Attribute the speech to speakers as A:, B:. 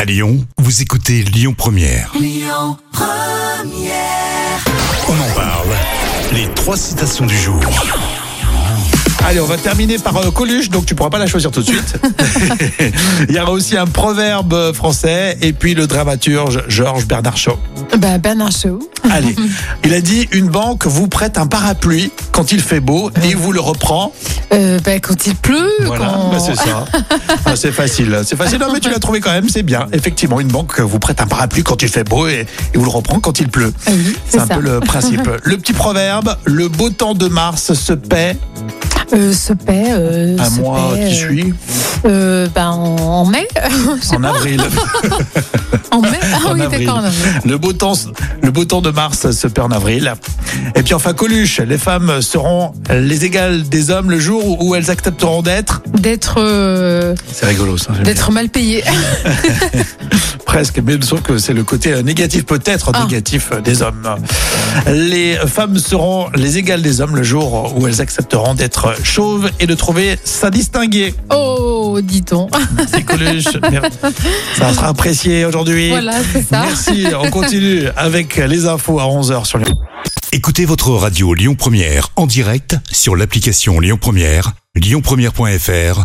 A: À Lyon, vous écoutez Lyon Première. On en parle. Les trois citations du jour.
B: Allez, on va terminer par euh, Coluche, donc tu pourras pas la choisir tout de suite. Il y aura aussi un proverbe français et puis le dramaturge Georges Bernard Shaw.
C: Bah, Bernard Shaw.
B: Allez, il a dit une banque vous prête un parapluie quand il fait beau et vous le reprend.
C: Euh, bah, quand il pleut,
B: Voilà,
C: quand-
B: bah, c'est ça. Ah, c'est facile, c'est facile. Non, mais tu l'as trouvé quand même, c'est bien. Effectivement, une banque vous prête un parapluie quand il fait beau et, et vous le reprend quand il pleut.
C: Ah oui,
B: C'est
C: c'est
B: un
C: ça.
B: peu le principe. Le petit proverbe le beau temps de mars se paie
C: Euh, se paie. Euh,
B: à
C: se
B: moi
C: paie,
B: qui
C: euh,
B: suis
C: euh, bah, en, en mai.
B: en avril.
C: en mai. Ah
B: En
C: oui,
B: avril.
C: d'accord. en avril.
B: Le beau, temps, le beau temps de mars se perd en avril. Et puis enfin, Coluche, les femmes seront les égales des hommes le jour où elles accepteront d'être.
C: D'être euh,
B: C'est rigolo, ça. j'aime
C: d'être mal payé.
B: bien. Presque, mais sauf que c'est le côté euh, négatif, peut-être
C: Ah.
B: négatif euh, des hommes. Les femmes seront les égales des hommes le jour où elles accepteront d'être chauves et de trouver ça distingué.
C: Oh, dit-on.
B: Merci Coluche. Merci. ça sera apprécié aujourd'hui.
C: Voilà, c'est ça.
B: Merci. On continue avec les infos à 11h sur les.
A: Écoutez votre radio Lyon Première en direct sur l'application Lyon Première, lyonpremière.fr